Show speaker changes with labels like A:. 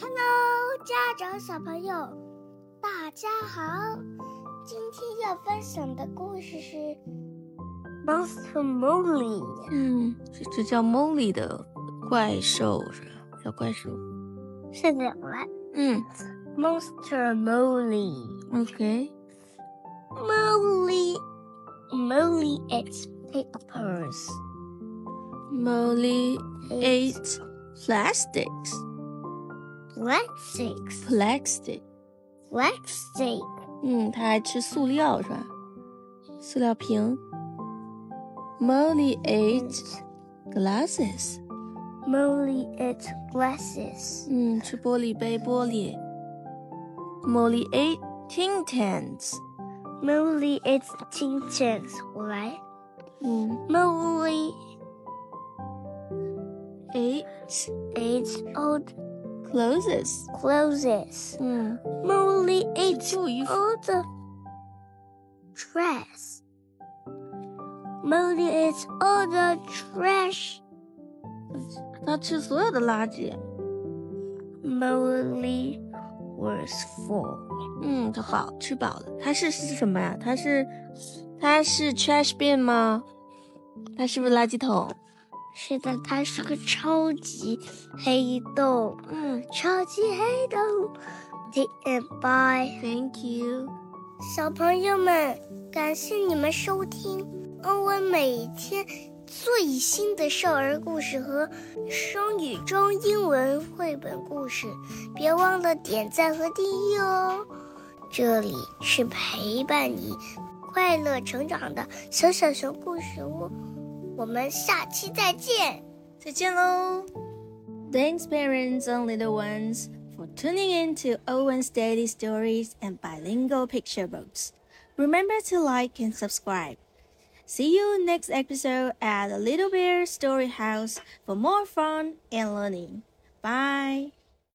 A: Hello，家长小朋友，大家好。今天要分享的故事是《Monster Molly》。
B: 嗯，是只叫 Molly 的怪兽是吧？小怪兽。
A: 是两个
B: 嗯
A: Monster Molly。
B: ，OK，
A: Molly, Molly eats papers.
B: Molly ate plastics.
A: plastics.
B: Plastic。
A: Plastic.
B: 嗯，它还吃塑料是吧？塑料瓶。Molly ate glasses.
A: Molly eats glasses.
B: 嗯，吃玻璃杯玻璃。Molly ate tin cans.
A: Molly eats chin chins. Why?
B: 嗯
A: Molly
B: ，ate
A: eats old
B: clothes.
A: clothes.
B: 嗯，
A: Molly eats
B: 旧衣服。
A: old dress. Molly eats all the trash.
B: 它吃所有的垃圾。
A: Molly was full.
B: 嗯，它饱，吃饱了。它是是什么呀？它是，它是 trash bin 吗？它是不是垃圾桶？
A: 是的，它是个超级黑洞，
B: 嗯
A: 超级黑洞。The end. Bye.
B: ，Thank you。
A: 小朋友们，感谢你们收听欧文每天最新的少儿故事和双语中英文绘本故事，别忘了点赞和订阅哦。这里是陪伴你快乐成长的小小熊故事屋，我们下期再见。
B: 再见喽。Thanks, parents and little ones, for tuning in to Owen's Daily Stories and Bilingual Picture Books. Remember to like and subscribe. See you next episode at the Little Bear Story House for more fun and learning. Bye.